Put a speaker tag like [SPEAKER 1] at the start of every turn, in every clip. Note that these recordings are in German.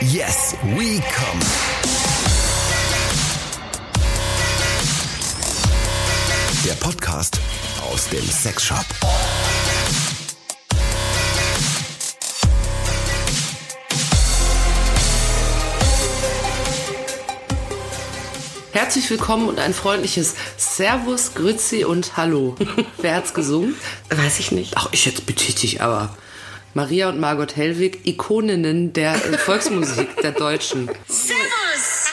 [SPEAKER 1] Yes, we come. Der Podcast aus dem Sexshop.
[SPEAKER 2] Herzlich willkommen und ein freundliches Servus, Grüzi und Hallo. Wer hat's gesungen?
[SPEAKER 3] Weiß ich nicht.
[SPEAKER 2] Ach, ich jetzt betätig, aber. Maria und Margot Hellwig, Ikoninnen der äh, Volksmusik der Deutschen.
[SPEAKER 4] Servus!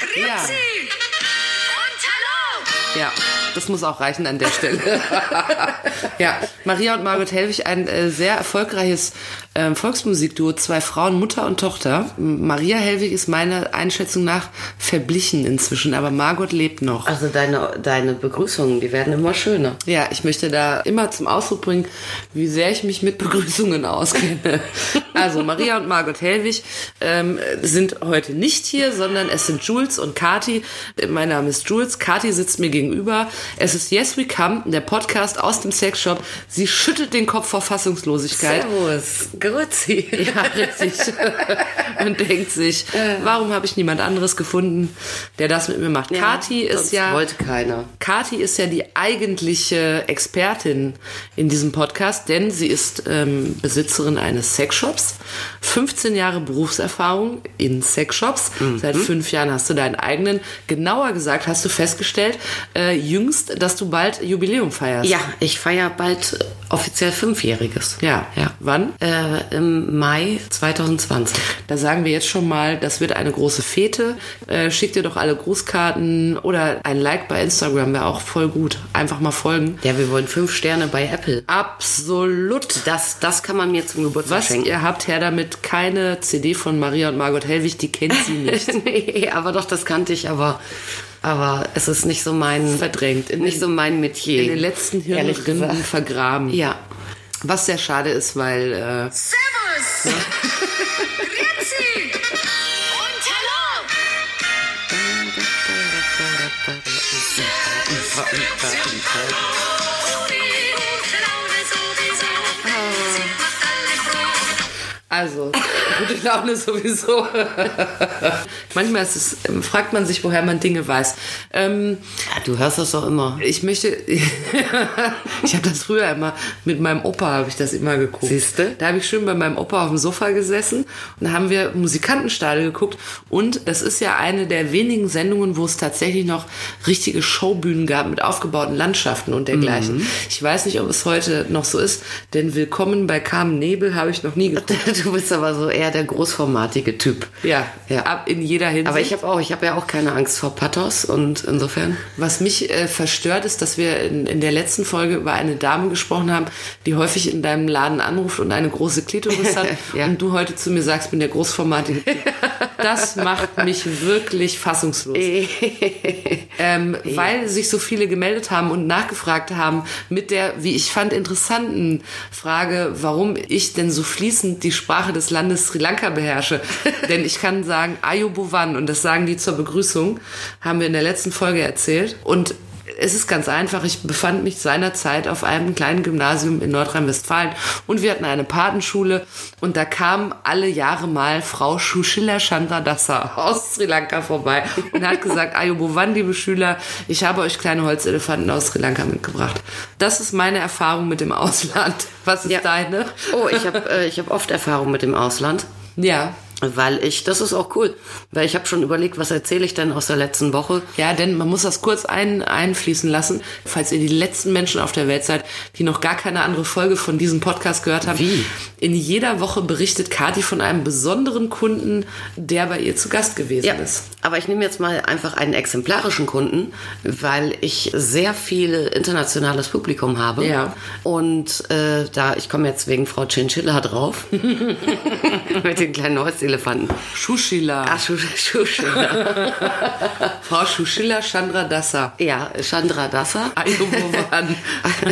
[SPEAKER 4] Grüezi!
[SPEAKER 2] Ja.
[SPEAKER 4] Und
[SPEAKER 2] Ja, das muss auch reichen an der Stelle. ja, Maria und Margot Hellwig, ein äh, sehr erfolgreiches ähm, Volksmusikduo, zwei Frauen, Mutter und Tochter. M- Maria Hellwig ist meiner Einschätzung nach verblichen inzwischen, aber Margot lebt noch.
[SPEAKER 3] Also deine, deine Begrüßungen, die werden immer schöner.
[SPEAKER 2] Ja, ich möchte da immer zum Ausdruck bringen, wie sehr ich mich mit Begrüßungen auskenne. Also Maria und Margot Hellwig ähm, sind heute nicht hier, sondern es sind Jules und Kati. Mein Name ist Jules, Kati sitzt mir gegenüber. Es ist Yes We Come, der Podcast aus dem Sexshop. Sie schüttelt den Kopf vor Fassungslosigkeit.
[SPEAKER 3] Servus, Grüezi.
[SPEAKER 2] Ja, richtig. Und denkt sich,
[SPEAKER 3] Äh.
[SPEAKER 2] warum habe ich niemand anderes gefunden, der das mit mir macht? Kati ist
[SPEAKER 3] sonst
[SPEAKER 2] ja
[SPEAKER 3] wollte keiner.
[SPEAKER 2] Kati ist ja die eigentliche Expertin in diesem Podcast, denn sie ist ähm, Besitzerin eines Sexshops, 15 Jahre Berufserfahrung in Sexshops. Seit fünf Jahren hast du deinen eigenen. Genauer gesagt hast du festgestellt, äh, jüngst, dass du bald Jubiläum feierst.
[SPEAKER 3] Ja, ich feiere bald offiziell Fünfjähriges.
[SPEAKER 2] Ja, ja. Wann?
[SPEAKER 3] Äh, Im Mai 2020.
[SPEAKER 2] Da sagen wir jetzt schon mal, das wird eine große Fete. Äh, schickt dir doch alle Grußkarten oder ein Like bei Instagram wäre auch voll gut. Einfach mal folgen.
[SPEAKER 3] Ja, wir wollen fünf Sterne bei Apple.
[SPEAKER 2] Absolut.
[SPEAKER 3] Das, das kann man mir zum Geburtstag
[SPEAKER 2] Was
[SPEAKER 3] schenken.
[SPEAKER 2] ihr habt her damit keine CD von Maria und Margot Hellwig, die kennt sie nicht.
[SPEAKER 3] nee, aber doch, das kannte ich, aber, aber es ist nicht so mein...
[SPEAKER 2] Verdrängt. In
[SPEAKER 3] Nicht so mein Metier.
[SPEAKER 2] In den letzten
[SPEAKER 3] Ehrlich
[SPEAKER 2] Hirnrinden
[SPEAKER 3] gesagt.
[SPEAKER 2] vergraben.
[SPEAKER 3] Ja.
[SPEAKER 2] Was sehr schade ist, weil äh,
[SPEAKER 4] Hallo! Servus! Grüezi! Und Hallo! Die gute Laune sowieso. Sie macht alle froh.
[SPEAKER 2] also gute Laune sowieso. Manchmal ist es, ähm, fragt man sich, woher man Dinge weiß. Ähm,
[SPEAKER 3] Ja, du hörst das doch immer.
[SPEAKER 2] ich möchte, ich habe das früher immer mit meinem Opa habe ich das immer geguckt.
[SPEAKER 3] Siehste?
[SPEAKER 2] Da habe ich schön bei meinem Opa auf dem Sofa gesessen und da haben wir Musikantenstadel geguckt. Und das ist ja eine der wenigen Sendungen, wo es tatsächlich noch richtige Showbühnen gab mit aufgebauten Landschaften und dergleichen.
[SPEAKER 3] Mhm.
[SPEAKER 2] Ich weiß nicht, ob es heute noch so ist, denn Willkommen bei Carmen Nebel habe ich noch nie geguckt.
[SPEAKER 3] Du bist aber so eher der großformatige Typ.
[SPEAKER 2] Ja,
[SPEAKER 3] Ja.
[SPEAKER 2] ab in jeder Hinsicht.
[SPEAKER 3] Aber ich habe auch, ich habe ja auch keine Angst vor Pathos und insofern.
[SPEAKER 2] Was mich äh, verstört, ist, dass wir in, in der letzten Folge über eine Dame gesprochen haben, die häufig in deinem Laden anruft und eine große Klitoris hat.
[SPEAKER 3] Ja.
[SPEAKER 2] Und du heute zu mir sagst, bin der großformatige Typ. Das macht mich wirklich fassungslos. ähm, Weil sich so viele gemeldet haben und nachgefragt haben mit der, wie ich fand, interessanten Frage, warum ich denn so fließend die Sprache des Landes Sri Lanka beherrsche. denn ich kann sagen Ayubovan und das sagen die zur Begrüßung, haben wir in der letzten Folge erzählt. Und es ist ganz einfach, ich befand mich seinerzeit auf einem kleinen Gymnasium in Nordrhein-Westfalen und wir hatten eine Patenschule und da kam alle Jahre mal Frau Shushila Chandradasa aus Sri Lanka vorbei und hat gesagt, Ayubovan, liebe Schüler, ich habe euch kleine Holzelefanten aus Sri Lanka mitgebracht. Das ist meine Erfahrung mit dem Ausland. Was ist
[SPEAKER 3] Ja.
[SPEAKER 2] deine?
[SPEAKER 3] Oh, ich habe äh, ich hab oft Erfahrung mit dem Ausland,
[SPEAKER 2] Ja.
[SPEAKER 3] weil ich, das ist auch cool, weil ich habe schon überlegt, was erzähle ich denn aus der letzten Woche.
[SPEAKER 2] Ja, denn man muss das kurz ein, einfließen lassen, falls ihr die letzten Menschen auf der Welt seid, die noch gar keine andere Folge von diesem Podcast gehört haben.
[SPEAKER 3] Wie?
[SPEAKER 2] In jeder Woche berichtet Kati von einem besonderen Kunden, der bei ihr zu Gast gewesen
[SPEAKER 3] Ja,
[SPEAKER 2] ist.
[SPEAKER 3] aber ich nehme jetzt mal einfach einen exemplarischen Kunden, weil ich sehr viel internationales Publikum habe.
[SPEAKER 2] Ja.
[SPEAKER 3] Und äh, da, ich komme jetzt wegen Frau Chinchilla drauf, mit den kleinen Holzelefanten.
[SPEAKER 2] Shushila.
[SPEAKER 3] Ach, Schu- Schu- Schu-
[SPEAKER 2] Frau Shushila Chandra Dassa.
[SPEAKER 3] Ja, Chandra Dassa.
[SPEAKER 2] Ayurvan.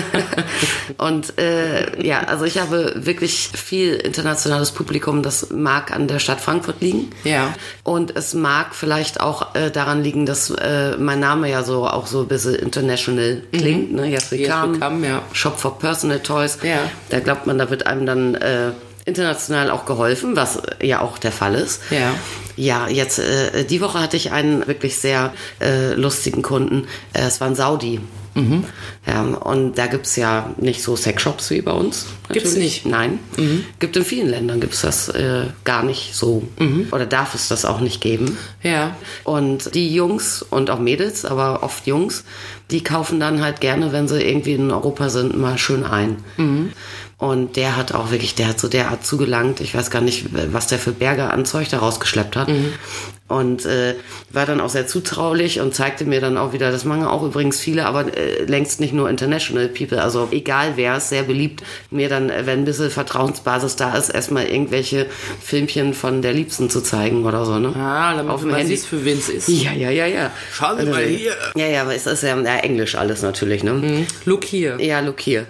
[SPEAKER 3] Und äh, ja, also ich habe wirklich viel internationales Publikum. Das mag an der Stadt Frankfurt liegen.
[SPEAKER 2] Ja.
[SPEAKER 3] Und es mag vielleicht auch äh, daran liegen, dass äh, mein Name ja so auch so ein bisschen international klingt. Ne? Yes, we
[SPEAKER 2] Mhm. Yes, we
[SPEAKER 3] come.
[SPEAKER 2] come, ja.
[SPEAKER 3] Shop for Personal Toys.
[SPEAKER 2] Ja.
[SPEAKER 3] Da glaubt man, da wird einem dann äh, international auch geholfen, was ja auch der Fall ist.
[SPEAKER 2] Ja.
[SPEAKER 3] Ja, jetzt äh, die Woche hatte ich einen wirklich sehr äh, lustigen Kunden. Äh, es war ein Saudi.
[SPEAKER 2] Mhm.
[SPEAKER 3] Ja, und da gibt's ja nicht so Sexshops wie bei uns.
[SPEAKER 2] Gibt's
[SPEAKER 3] natürlich.
[SPEAKER 2] nicht?
[SPEAKER 3] Nein. Gibt in vielen Ländern gibt's das äh, gar nicht so. Oder darf es das auch nicht geben.
[SPEAKER 2] Ja.
[SPEAKER 3] Und die Jungs und auch Mädels, aber oft Jungs, die kaufen dann halt gerne, wenn sie irgendwie in Europa sind, mal schön ein.
[SPEAKER 2] Mhm.
[SPEAKER 3] Und der hat auch wirklich, der hat so derart zugelangt. Ich weiß gar nicht, was der für Berge an Zeug da rausgeschleppt hat.
[SPEAKER 2] Mhm.
[SPEAKER 3] Und äh, war dann auch sehr zutraulich und zeigte mir dann auch wieder, das machen auch übrigens viele, aber äh, längst nicht nur international people, also egal wer ist, sehr beliebt, mir dann, äh, wenn ein bisschen Vertrauensbasis da ist, erstmal irgendwelche Filmchen von der Liebsten zu zeigen oder so, ne?
[SPEAKER 2] Ah, damit
[SPEAKER 3] Auf
[SPEAKER 2] Auf
[SPEAKER 3] dem
[SPEAKER 2] man
[SPEAKER 3] Handy.
[SPEAKER 2] siehst, für wen es ist.
[SPEAKER 3] Ja, ja, ja, ja. Also,
[SPEAKER 2] Schauen Sie mal hier. Mhm.
[SPEAKER 3] Ja, ja, aber es ist ja, ja Englisch alles natürlich, ne?
[SPEAKER 2] Look hier.
[SPEAKER 3] Ja, look here.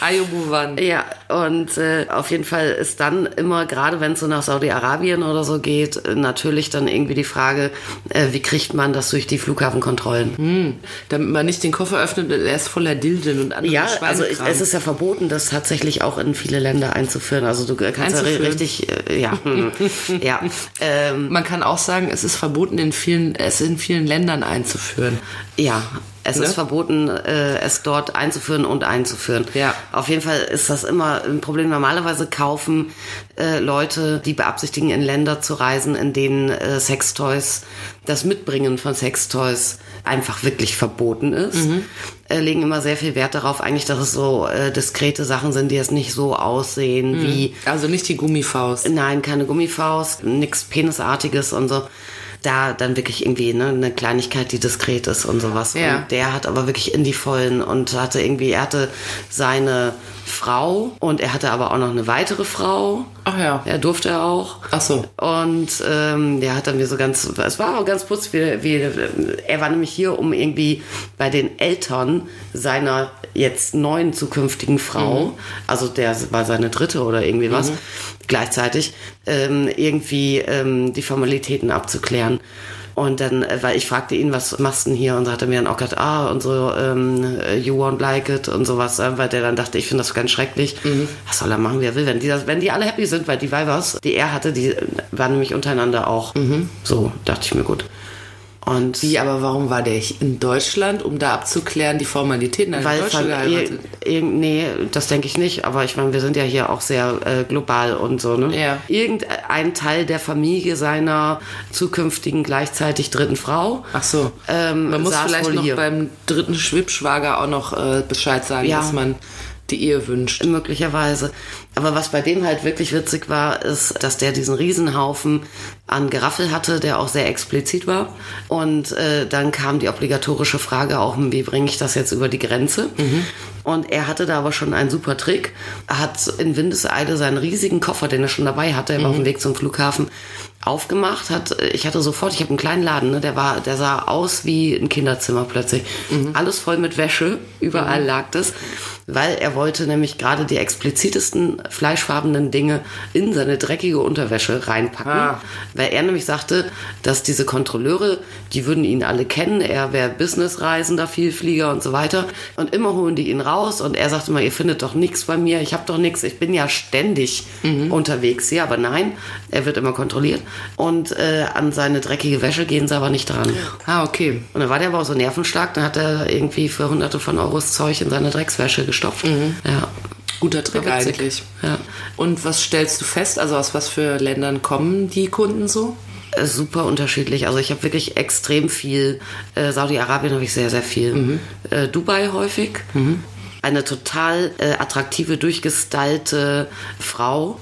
[SPEAKER 2] Ayobuwan.
[SPEAKER 3] ja, und äh, auf jeden Fall ist dann immer, gerade wenn es so nach Saudi-Arabien oder so geht, äh, natürlich dann irgendwie die Frage, äh, wie kriegt man das durch die Flughafenkontrollen?
[SPEAKER 2] Mhm, Damit man nicht den Koffer öffnet und er ist voller Dilden und anderen
[SPEAKER 3] Ja,
[SPEAKER 2] Schweinekram.
[SPEAKER 3] also ich, es ist ja verboten, das tatsächlich auch in viele Länder einzuführen. Also du kannst ja ri-
[SPEAKER 2] Einzuführen.
[SPEAKER 3] richtig, äh, ja, hm, ja. Ähm,
[SPEAKER 2] Man kann auch sagen, es ist verboten, in vielen, es in vielen Ländern einzuführen.
[SPEAKER 3] Ja, es
[SPEAKER 2] Ne?
[SPEAKER 3] ist verboten, äh, es dort einzuführen und einzuführen.
[SPEAKER 2] Ja.
[SPEAKER 3] Auf jeden Fall ist das immer ein Problem. Normalerweise kaufen äh, Leute, die beabsichtigen, in Länder zu reisen, in denen äh, Sextoys, das Mitbringen von Sextoys einfach wirklich verboten ist.
[SPEAKER 2] Mhm.
[SPEAKER 3] Äh, legen immer sehr viel Wert darauf, eigentlich, dass es so äh, diskrete Sachen sind, die jetzt nicht so aussehen wie
[SPEAKER 2] Also nicht die Gummifaust.
[SPEAKER 3] Nein, keine Gummifaust, nix Penisartiges und so. Da dann wirklich irgendwie ne, eine Kleinigkeit, die diskret ist und sowas.
[SPEAKER 2] Ja.
[SPEAKER 3] Und der hat aber wirklich in die Vollen und hatte irgendwie, er hatte seine Frau und er hatte aber auch noch eine weitere Frau.
[SPEAKER 2] Ach ja.
[SPEAKER 3] Er durfte er auch.
[SPEAKER 2] Ach so.
[SPEAKER 3] Und ähm, der hat dann mir so ganz, es war auch ganz kurz, wie, wie, er war nämlich hier, um irgendwie bei den Eltern seiner jetzt neuen zukünftigen Frau, also der war seine dritte oder irgendwie was, gleichzeitig ähm, irgendwie ähm, die Formalitäten abzuklären. Und dann, äh, weil ich fragte ihn, was machst du denn hier? Und da hat er mir dann auch gesagt, ah, und so, ähm, äh, you won't like it und sowas, äh, weil der dann dachte, ich finde das ganz schrecklich.
[SPEAKER 2] Mhm.
[SPEAKER 3] Was soll er machen, wie er will? Wenn die, das, wenn die alle happy sind, weil die Weibers, die er hatte, die äh, waren nämlich untereinander auch.
[SPEAKER 2] Mhm.
[SPEAKER 3] So, dachte ich mir, gut. Und
[SPEAKER 2] Wie, aber warum war der ich in Deutschland, um da abzuklären, die Formalitäten an
[SPEAKER 3] weil
[SPEAKER 2] Deutsche
[SPEAKER 3] von,
[SPEAKER 2] geheiratet?
[SPEAKER 3] ir, nee, das denke ich nicht, aber ich meine, wir sind ja hier auch sehr äh, global und so, ne?
[SPEAKER 2] Ja.
[SPEAKER 3] Irgendein Teil der Familie seiner zukünftigen gleichzeitig dritten Frau.
[SPEAKER 2] Ach so.
[SPEAKER 3] Ähm,
[SPEAKER 2] man muss
[SPEAKER 3] saß
[SPEAKER 2] vielleicht
[SPEAKER 3] wohl
[SPEAKER 2] noch
[SPEAKER 3] hier.
[SPEAKER 2] beim dritten Schwibschwager auch noch äh, Bescheid sagen,
[SPEAKER 3] Ja.
[SPEAKER 2] dass man die Ehe wünscht.
[SPEAKER 3] möglicherweise. Aber was bei dem halt wirklich witzig war, ist, dass der diesen Riesenhaufen an Geraffel hatte, der auch sehr explizit war. Und äh, dann kam die obligatorische Frage auch, hm, wie bringe ich das jetzt über die Grenze? Und er hatte da aber schon einen super Trick, hat in Windeseile seinen riesigen Koffer, den er schon dabei hatte, er war auf dem Weg zum Flughafen, aufgemacht, hat, ich hatte sofort, ich habe einen kleinen Laden, ne, der war, der sah aus wie ein Kinderzimmer plötzlich. Alles voll mit Wäsche, überall lag das, weil er wollte nämlich gerade die explizitesten fleischfarbenen Dinge in seine dreckige Unterwäsche reinpacken,
[SPEAKER 2] Ah.
[SPEAKER 3] weil er nämlich sagte, dass diese Kontrolleure, die würden ihn alle kennen, er wäre Businessreisender, Vielflieger und so weiter und immer holen die ihn raus und er sagte immer, ihr findet doch nichts bei mir, ich habe doch nichts, ich bin ja ständig unterwegs hier, aber nein, er wird immer kontrolliert und äh, an seine dreckige Wäsche gehen sie aber nicht dran.
[SPEAKER 2] Ah, okay.
[SPEAKER 3] Und dann war der aber auch so nervenstark, dann hat er irgendwie für hunderte von Euros Zeug in seine Dreckswäsche gestopft. Ja.
[SPEAKER 2] Guter Trick
[SPEAKER 3] War witzig.
[SPEAKER 2] eigentlich.
[SPEAKER 3] Ja.
[SPEAKER 2] Und was stellst du fest? Also aus was für Ländern kommen die Kunden so?
[SPEAKER 3] Äh, super unterschiedlich. Also ich habe wirklich extrem viel. Äh, Saudi-Arabien habe ich sehr, sehr viel. Äh, Dubai häufig. Eine total äh, attraktive, durchgestylte Frau,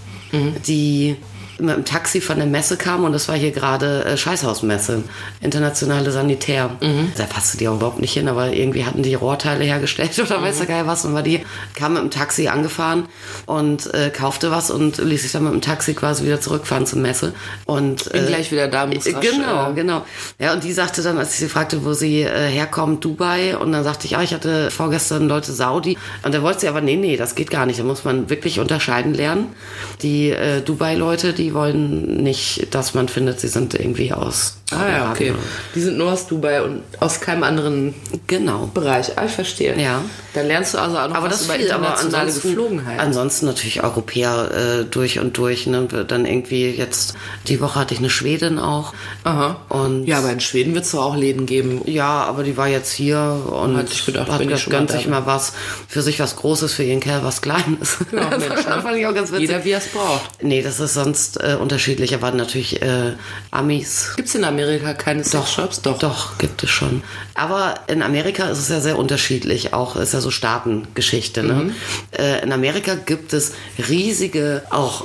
[SPEAKER 3] die mit dem Taxi von der Messe kam und das war hier gerade äh, Scheißhausmesse, internationale Sanitär. Da passte die auch überhaupt nicht hin, aber irgendwie hatten die Rohrteile hergestellt oder weiß der Geil was und war die, kam mit dem Taxi angefahren und äh, kaufte was und ließ sich dann mit dem Taxi quasi wieder zurückfahren zur Messe. Und
[SPEAKER 2] Bin gleich wieder da, muss
[SPEAKER 3] äh,
[SPEAKER 2] rasch,
[SPEAKER 3] Genau,
[SPEAKER 2] äh,
[SPEAKER 3] genau. Ja, und die sagte dann, als ich sie fragte, wo sie äh, herkommt, Dubai. Und dann sagte ich, ah, ich hatte vorgestern Leute Saudi. Und dann wollte sie aber, nee, nee, das geht gar nicht. Da muss man wirklich unterscheiden lernen. Die äh, Dubai-Leute, die wollen nicht, dass man findet, sie sind irgendwie aus
[SPEAKER 2] Ah ja, okay. Die sind nur aus Dubai und aus keinem anderen
[SPEAKER 3] Genau.
[SPEAKER 2] Bereich. Ah, ich verstehe.
[SPEAKER 3] Ja.
[SPEAKER 2] Da lernst du also auch noch
[SPEAKER 3] Aber
[SPEAKER 2] was
[SPEAKER 3] das
[SPEAKER 2] über
[SPEAKER 3] viel, aber
[SPEAKER 2] internationale
[SPEAKER 3] ansonsten,
[SPEAKER 2] Geflogenheiten.
[SPEAKER 3] ansonsten natürlich Europäer äh, durch und durch. Ne? Dann irgendwie jetzt, die Woche hatte ich eine Schwedin auch.
[SPEAKER 2] Aha.
[SPEAKER 3] Und
[SPEAKER 2] ja, aber in Schweden wird es doch auch Läden geben.
[SPEAKER 3] Ja, aber die war jetzt hier und
[SPEAKER 2] Hat sich gedacht,
[SPEAKER 3] hat
[SPEAKER 2] wenn ich
[SPEAKER 3] gedacht,
[SPEAKER 2] schon mal
[SPEAKER 3] gönnt
[SPEAKER 2] da
[SPEAKER 3] sich
[SPEAKER 2] bin.
[SPEAKER 3] mal was für sich was Großes, für ihren Kerl was Kleines.
[SPEAKER 2] Ja, Mensch, ne?
[SPEAKER 3] das fand ich auch ganz witzig.
[SPEAKER 2] Jeder, wie er es braucht.
[SPEAKER 3] nee, das ist sonst äh, unterschiedlich, aber natürlich äh, Amis.
[SPEAKER 2] Gibt es in Amerika keine Sexshops? Doch.
[SPEAKER 3] Doch, gibt es schon. Aber in Amerika ist es ja sehr unterschiedlich, auch ist ja so Staatengeschichte. Ne?
[SPEAKER 2] Mhm.
[SPEAKER 3] Äh, in Amerika gibt es riesige, auch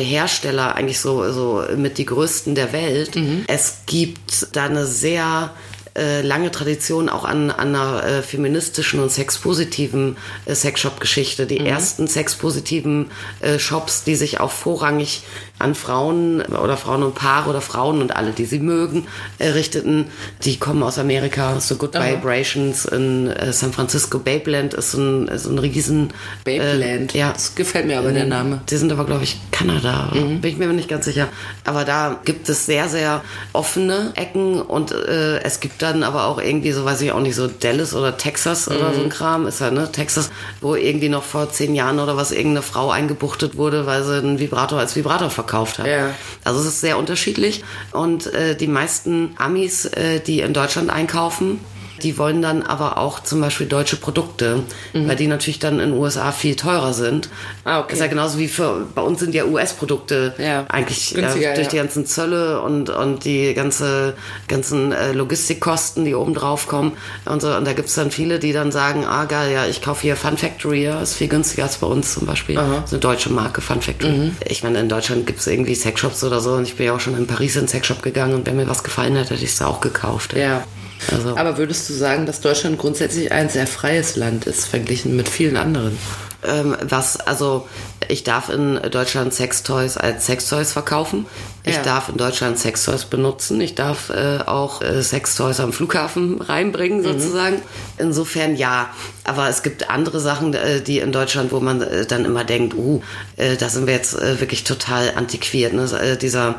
[SPEAKER 3] Sextoy-Hersteller, eigentlich so, so mit die größten der Welt.
[SPEAKER 2] Mhm.
[SPEAKER 3] Es gibt da eine sehr äh, lange Tradition auch an, an einer äh, feministischen und sexpositiven äh, Sexshop-Geschichte.
[SPEAKER 2] Mhm.
[SPEAKER 3] Die ersten sexpositiven äh, Shops, die sich auch vorrangig an Frauen oder Frauen und Paare oder Frauen und alle, die sie mögen, äh, richteten, die kommen aus Amerika. So Good
[SPEAKER 2] Aha.
[SPEAKER 3] Vibrations in äh, San Francisco Babeland ist so ein, so ein riesen...
[SPEAKER 2] Babeland.
[SPEAKER 3] Äh, ja. Ähm,
[SPEAKER 2] Das gefällt mir aber der Name.
[SPEAKER 3] Die sind aber, glaube ich, Kanada. Bin ich mir aber nicht ganz sicher. Aber da gibt es sehr, sehr offene Ecken und äh, es gibt dann aber auch irgendwie so, weiß ich auch nicht, so Dallas oder Texas oder so ein Kram ist ja, ne? Texas, wo irgendwie noch vor zehn Jahren oder was irgendeine Frau eingebuchtet wurde, weil sie einen Vibrator als Vibrator verkauft hat.
[SPEAKER 2] Ja.
[SPEAKER 3] Also es ist sehr unterschiedlich und äh, die meisten Amis, äh, die in Deutschland einkaufen, die wollen dann aber auch zum Beispiel deutsche Produkte, weil die natürlich dann in den USA viel teurer sind.
[SPEAKER 2] Ah, okay.
[SPEAKER 3] Ist ja genauso wie für, bei uns sind ja US-Produkte
[SPEAKER 2] Ja.
[SPEAKER 3] eigentlich
[SPEAKER 2] Günstiger,
[SPEAKER 3] ja, durch
[SPEAKER 2] ja.
[SPEAKER 3] die ganzen Zölle und, und die ganze, ganzen äh, Logistikkosten, die oben drauf kommen und so. Und da gibt es dann viele, die dann sagen, ah geil, ja, ich kaufe hier Fun Factory, ja, ist viel günstiger als bei uns zum Beispiel. Das ist eine deutsche Marke, Fun Factory.
[SPEAKER 2] Mhm.
[SPEAKER 3] Ich meine, in Deutschland gibt es irgendwie Sexshops oder so und ich bin ja auch schon in Paris in den Sexshop gegangen und wenn mir was gefallen hat, hätte ich es auch gekauft.
[SPEAKER 2] Ja.
[SPEAKER 3] Also,
[SPEAKER 2] Aber würdest du sagen, dass Deutschland grundsätzlich ein sehr freies Land ist, verglichen mit vielen anderen?
[SPEAKER 3] ähm, was, also ich darf in Deutschland Sextoys als Sextoys verkaufen. Ich
[SPEAKER 2] Ja.
[SPEAKER 3] darf in Deutschland Sextoys benutzen. Ich darf äh, auch äh, Sextoys am Flughafen
[SPEAKER 2] Mhm.
[SPEAKER 3] reinbringen, sozusagen. Insofern ja. Aber es gibt andere Sachen, äh, die in Deutschland, wo man äh, dann immer denkt, uh, äh, da sind wir jetzt äh, wirklich total antiquiert. Ne? Äh, dieser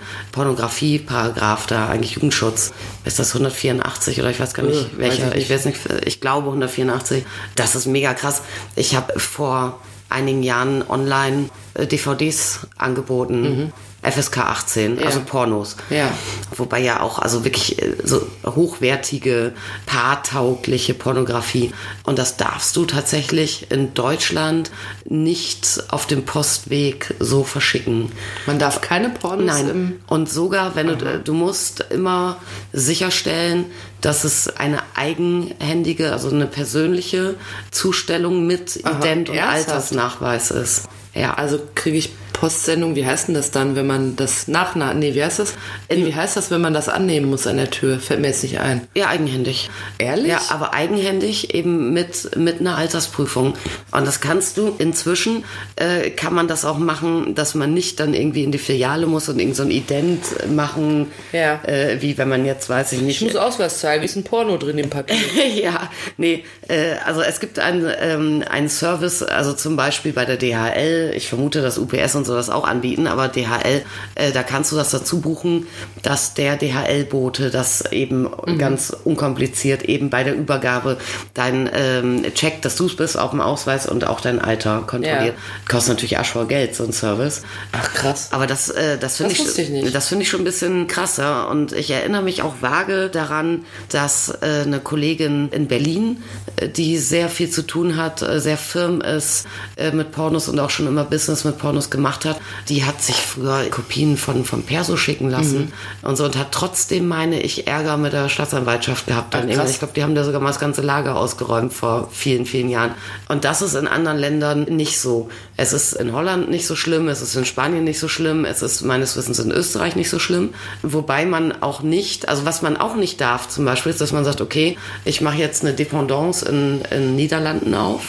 [SPEAKER 3] Pornografie-Paragraph da, eigentlich Jugendschutz, ist das 184 oder ich weiß gar nicht,
[SPEAKER 2] Äh,
[SPEAKER 3] welcher.
[SPEAKER 2] weiß ich
[SPEAKER 3] ich weiß nicht, ich glaube 184. Das ist mega krass. Ich habe vor einigen Jahren online äh, DVDs angeboten. FSK 18, also Pornos.
[SPEAKER 2] Ja.
[SPEAKER 3] Wobei ja auch also wirklich äh, so hochwertige, paartaugliche Pornografie. Und das darfst du tatsächlich in Deutschland nicht auf dem Postweg so verschicken.
[SPEAKER 2] Man darf keine Pornos im...
[SPEAKER 3] Nein. Und sogar, wenn du, äh, du musst immer sicherstellen, dass es eine eigenhändige, also eine persönliche Zustellung mit
[SPEAKER 2] Aha,
[SPEAKER 3] Ident- und
[SPEAKER 2] ernsthaft?
[SPEAKER 3] Altersnachweis ist. Ja, also
[SPEAKER 2] Also kriege ich Postsendung, wie heißt denn das dann, wenn man das nach... na- Nee, wie heißt das? Nee, wie heißt das, wenn man das annehmen muss an der Tür? Fällt mir jetzt nicht ein.
[SPEAKER 3] ja, eigenhändig.
[SPEAKER 2] Ehrlich?
[SPEAKER 3] Ja, aber eigenhändig eben mit, mit einer Altersprüfung. Und das kannst du inzwischen, äh, kann man das auch machen, dass man nicht dann irgendwie in die Filiale muss und irgend so ein Ident machen,
[SPEAKER 2] Ja.
[SPEAKER 3] äh, wie wenn man jetzt, weiß ich nicht,
[SPEAKER 2] Ich muss Ausweis zeigen, ist ein Porno drin im Papier.
[SPEAKER 3] ja, nee, äh, also es gibt einen, ähm, einen Service, also zum Beispiel bei der DHL, ich vermute, dass UPS und so das auch anbieten, aber DHL, äh, da kannst du das dazu buchen, dass der DHL-Bote das eben ganz unkompliziert eben bei der Übergabe dein ähm, Check, dass du es bist, auf dem Ausweis und auch dein Alter kontrolliert. Kostet natürlich Arsch vor Geld, so ein Service.
[SPEAKER 2] Ach krass.
[SPEAKER 3] Aber das, äh, das finde
[SPEAKER 2] Das
[SPEAKER 3] ich,
[SPEAKER 2] wusste ich nicht.
[SPEAKER 3] das finde ich schon ein bisschen krasser. Und ich erinnere mich auch vage daran, dass äh, eine Kollegin in Berlin, äh, die sehr viel zu tun hat, äh, sehr firm ist äh, mit Pornos und auch schon immer Business mit Pornos gemacht hat, die hat sich früher Kopien von vom Perso schicken lassen
[SPEAKER 2] Mhm.
[SPEAKER 3] und so und hat trotzdem, meine ich, Ärger mit der Staatsanwaltschaft gehabt.
[SPEAKER 2] Ah,
[SPEAKER 3] Dann irgendwann.
[SPEAKER 2] krass.
[SPEAKER 3] ich glaube, die haben da sogar mal das ganze Lager ausgeräumt vor vielen, vielen Jahren. Und das ist in anderen Ländern nicht so. Es ist in Holland nicht so schlimm, es ist in Spanien nicht so schlimm, es ist meines Wissens in Österreich nicht so schlimm. Wobei man auch nicht, also was man auch nicht darf zum Beispiel, ist, dass man sagt, okay, ich mache jetzt eine Dependance in, in Niederlanden auf,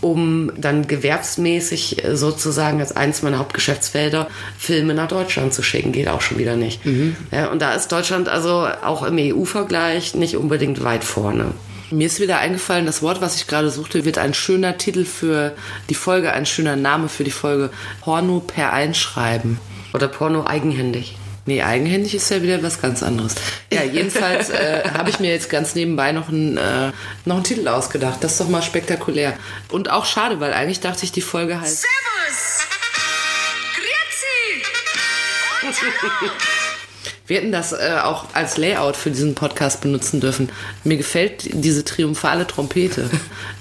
[SPEAKER 3] um dann gewerbsmäßig äh, sozusagen als eins meiner Hauptgeschäftsfelder Filme nach Deutschland zu schicken. Geht auch schon wieder nicht. Ja, und da ist Deutschland also auch im
[SPEAKER 2] E
[SPEAKER 3] EU-Vergleich nicht unbedingt weit vorne.
[SPEAKER 2] Mir ist wieder eingefallen, das Wort, was ich gerade suchte, wird ein schöner Titel für die Folge, ein schöner Name für die Folge. Porno per Einschreiben.
[SPEAKER 3] Oder Porno eigenhändig.
[SPEAKER 2] Nee, eigenhändig ist ja wieder was ganz anderes. Ja, jedenfalls äh, habe ich mir jetzt ganz nebenbei noch einen, äh, noch einen Titel ausgedacht. Das ist doch mal spektakulär. Und auch schade, weil eigentlich dachte ich, die Folge heißt.
[SPEAKER 4] Servus! Grüezi! Und hallo!
[SPEAKER 2] Wir hätten das äh, auch als Layout für diesen Podcast benutzen dürfen. Mir gefällt diese triumphale Trompete.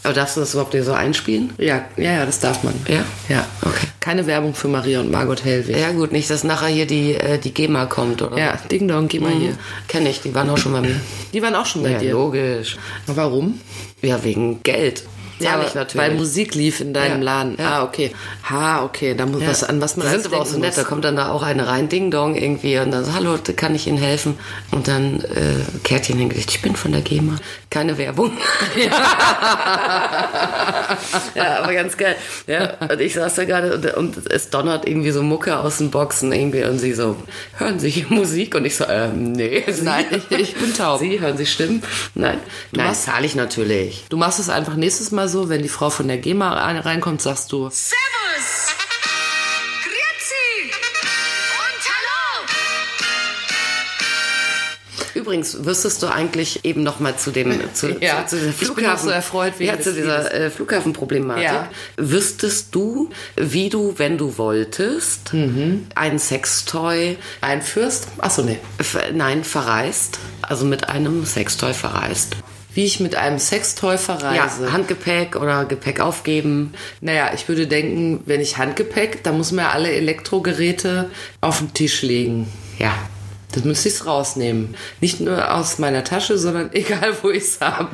[SPEAKER 3] Aber darfst du das überhaupt nicht so einspielen?
[SPEAKER 2] ja, ja, ja, das darf man.
[SPEAKER 3] Ja?
[SPEAKER 2] Ja, okay. Keine Werbung für Maria und Margot Hellwig.
[SPEAKER 3] Ja gut, nicht, dass nachher hier die, äh, die GEMA kommt, oder?
[SPEAKER 2] Ja, Ding Dong, geh mal hier.
[SPEAKER 3] Kenne ich, die waren auch schon bei mir.
[SPEAKER 2] Die waren auch schon bei
[SPEAKER 3] Mhm. Ja,
[SPEAKER 2] dir.
[SPEAKER 3] logisch.
[SPEAKER 2] Warum?
[SPEAKER 3] Ja, wegen Geld. Zahl
[SPEAKER 2] aber
[SPEAKER 3] ich natürlich.
[SPEAKER 2] Weil Musik lief in deinem
[SPEAKER 3] Ja.
[SPEAKER 2] Laden. Ah, okay. Ha, okay. Da muss was an was man
[SPEAKER 3] Die
[SPEAKER 2] alles
[SPEAKER 3] sind aber auch so
[SPEAKER 2] denken
[SPEAKER 3] nett, da
[SPEAKER 2] muss.
[SPEAKER 3] kommt dann da auch eine rein, Ding Dong irgendwie und dann so, hallo, kann ich Ihnen helfen? Und dann äh, Kärtchen hingelegt, ich bin von der GEMA. Keine Werbung. ja, aber ganz geil. Ja, und ich saß da gerade und, und es donnert irgendwie so Mucke aus den Boxen irgendwie und sie so, hören Sie hier Musik? Und ich so, ähm, nee.
[SPEAKER 2] Nein, ich- ich bin taub.
[SPEAKER 3] Sie, hören Sie Stimmen? Nein, nein,
[SPEAKER 2] machst-
[SPEAKER 3] zahle ich natürlich.
[SPEAKER 2] Du machst es einfach nächstes Mal so, wenn die Frau von der GEMA rein- reinkommt, sagst du,
[SPEAKER 4] Servus! Grüezi! Und hallo!
[SPEAKER 3] Übrigens, wüsstest du eigentlich eben noch mal zu dem zu,
[SPEAKER 2] Ja,
[SPEAKER 3] zu, zu dieser
[SPEAKER 2] ich bin auch
[SPEAKER 3] Flughafen
[SPEAKER 2] so erfreut wegen
[SPEAKER 3] ja, zu
[SPEAKER 2] des
[SPEAKER 3] dieser äh, Flughafenproblematik.
[SPEAKER 2] Ja.
[SPEAKER 3] Wüsstest du, wie du, wenn du wolltest, ein Sextoy,
[SPEAKER 2] Mhm. ein Fürst? Achso, nee.
[SPEAKER 3] ver- nein, verreist, also mit einem Sextoy verreist.
[SPEAKER 2] Wie ich mit einem Sextoy verreise.
[SPEAKER 3] Ja, Handgepäck oder Gepäck aufgeben.
[SPEAKER 2] Naja, ich würde denken, wenn ich Handgepäck, dann muss man ja alle Elektrogeräte auf den Tisch legen.
[SPEAKER 3] Ja.
[SPEAKER 2] Das müsste ich rausnehmen. Nicht nur aus meiner Tasche, sondern egal, wo ich es habe.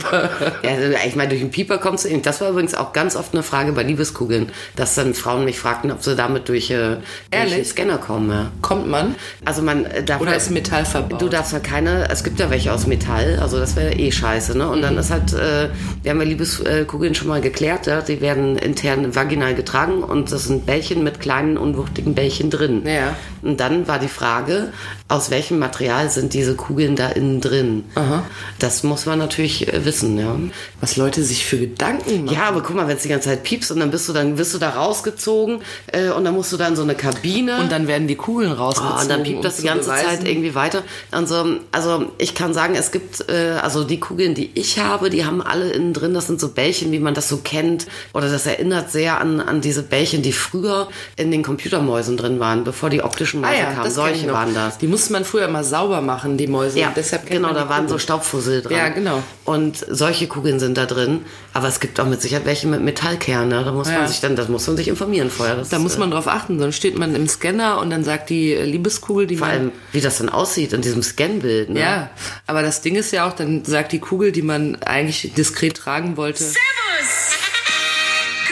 [SPEAKER 3] Ja, also ich meine, durch den Pieper kommst du eben. Das war übrigens auch ganz oft eine Frage bei Liebeskugeln, dass dann Frauen mich fragten, ob sie damit durch, äh, durch
[SPEAKER 2] Ehrlich?
[SPEAKER 3] den Scanner kommen. Ja.
[SPEAKER 2] Kommt man?
[SPEAKER 3] Also man äh, darf
[SPEAKER 2] Oder ist Metall verbaut?
[SPEAKER 3] Du darfst halt keine, es gibt ja welche aus Metall, also das wäre eh scheiße, ne? Und dann ist halt, äh, wir haben ja Liebeskugeln schon mal geklärt, ja? die werden intern vaginal getragen und das sind Bällchen mit kleinen, unwuchtigen Bällchen drin.
[SPEAKER 2] Ja.
[SPEAKER 3] Und dann war die Frage, aus welchem Material sind diese Kugeln da innen drin?
[SPEAKER 2] Aha.
[SPEAKER 3] Das muss man natürlich äh, wissen, ja.
[SPEAKER 2] Was Leute sich für Gedanken machen.
[SPEAKER 3] Ja, aber guck mal, wenn es die ganze Zeit piepst und dann bist du dann wirst du da rausgezogen äh, und dann musst du da in so eine Kabine
[SPEAKER 2] Und dann werden die Kugeln
[SPEAKER 3] Oh,
[SPEAKER 2] rausgezogen.
[SPEAKER 3] und dann piept
[SPEAKER 2] um
[SPEAKER 3] das die
[SPEAKER 2] zu
[SPEAKER 3] ganze
[SPEAKER 2] beweisen-
[SPEAKER 3] Zeit irgendwie weiter. Also, also ich kann sagen, es gibt äh, also die Kugeln, die ich habe, die haben alle innen drin, das sind so Bällchen, wie man das so kennt. Oder das erinnert sehr an, an diese Bällchen, die früher in den Computermäusen drin waren, bevor die optischen
[SPEAKER 2] Ah
[SPEAKER 3] Mäuse
[SPEAKER 2] ja,
[SPEAKER 3] kamen.
[SPEAKER 2] das kenn ich
[SPEAKER 3] Solche
[SPEAKER 2] noch.
[SPEAKER 3] waren das.
[SPEAKER 2] Die musste man früher immer sauber machen, die Mäuse.
[SPEAKER 3] Ja,
[SPEAKER 2] Und deshalb kennt
[SPEAKER 3] genau,
[SPEAKER 2] man die
[SPEAKER 3] da waren so
[SPEAKER 2] Kugeln.
[SPEAKER 3] Staubfussel dran.
[SPEAKER 2] Ja, genau.
[SPEAKER 3] Und solche Kugeln sind da drin. Aber es gibt auch mit Sicherheit welche mit Metallkern. Ne? Da muss
[SPEAKER 2] Ja.
[SPEAKER 3] man sich dann, das muss man sich informieren vorher. Das
[SPEAKER 2] Da
[SPEAKER 3] ist,
[SPEAKER 2] muss man drauf achten, sonst steht man im Scanner und dann sagt die äh, Liebeskugel, die
[SPEAKER 3] vor
[SPEAKER 2] man
[SPEAKER 3] allem, wie das dann aussieht in diesem Scanbild. Ne?
[SPEAKER 2] Ja, aber das Ding ist ja auch, dann sagt die Kugel, die man eigentlich diskret tragen wollte.
[SPEAKER 4] Servus!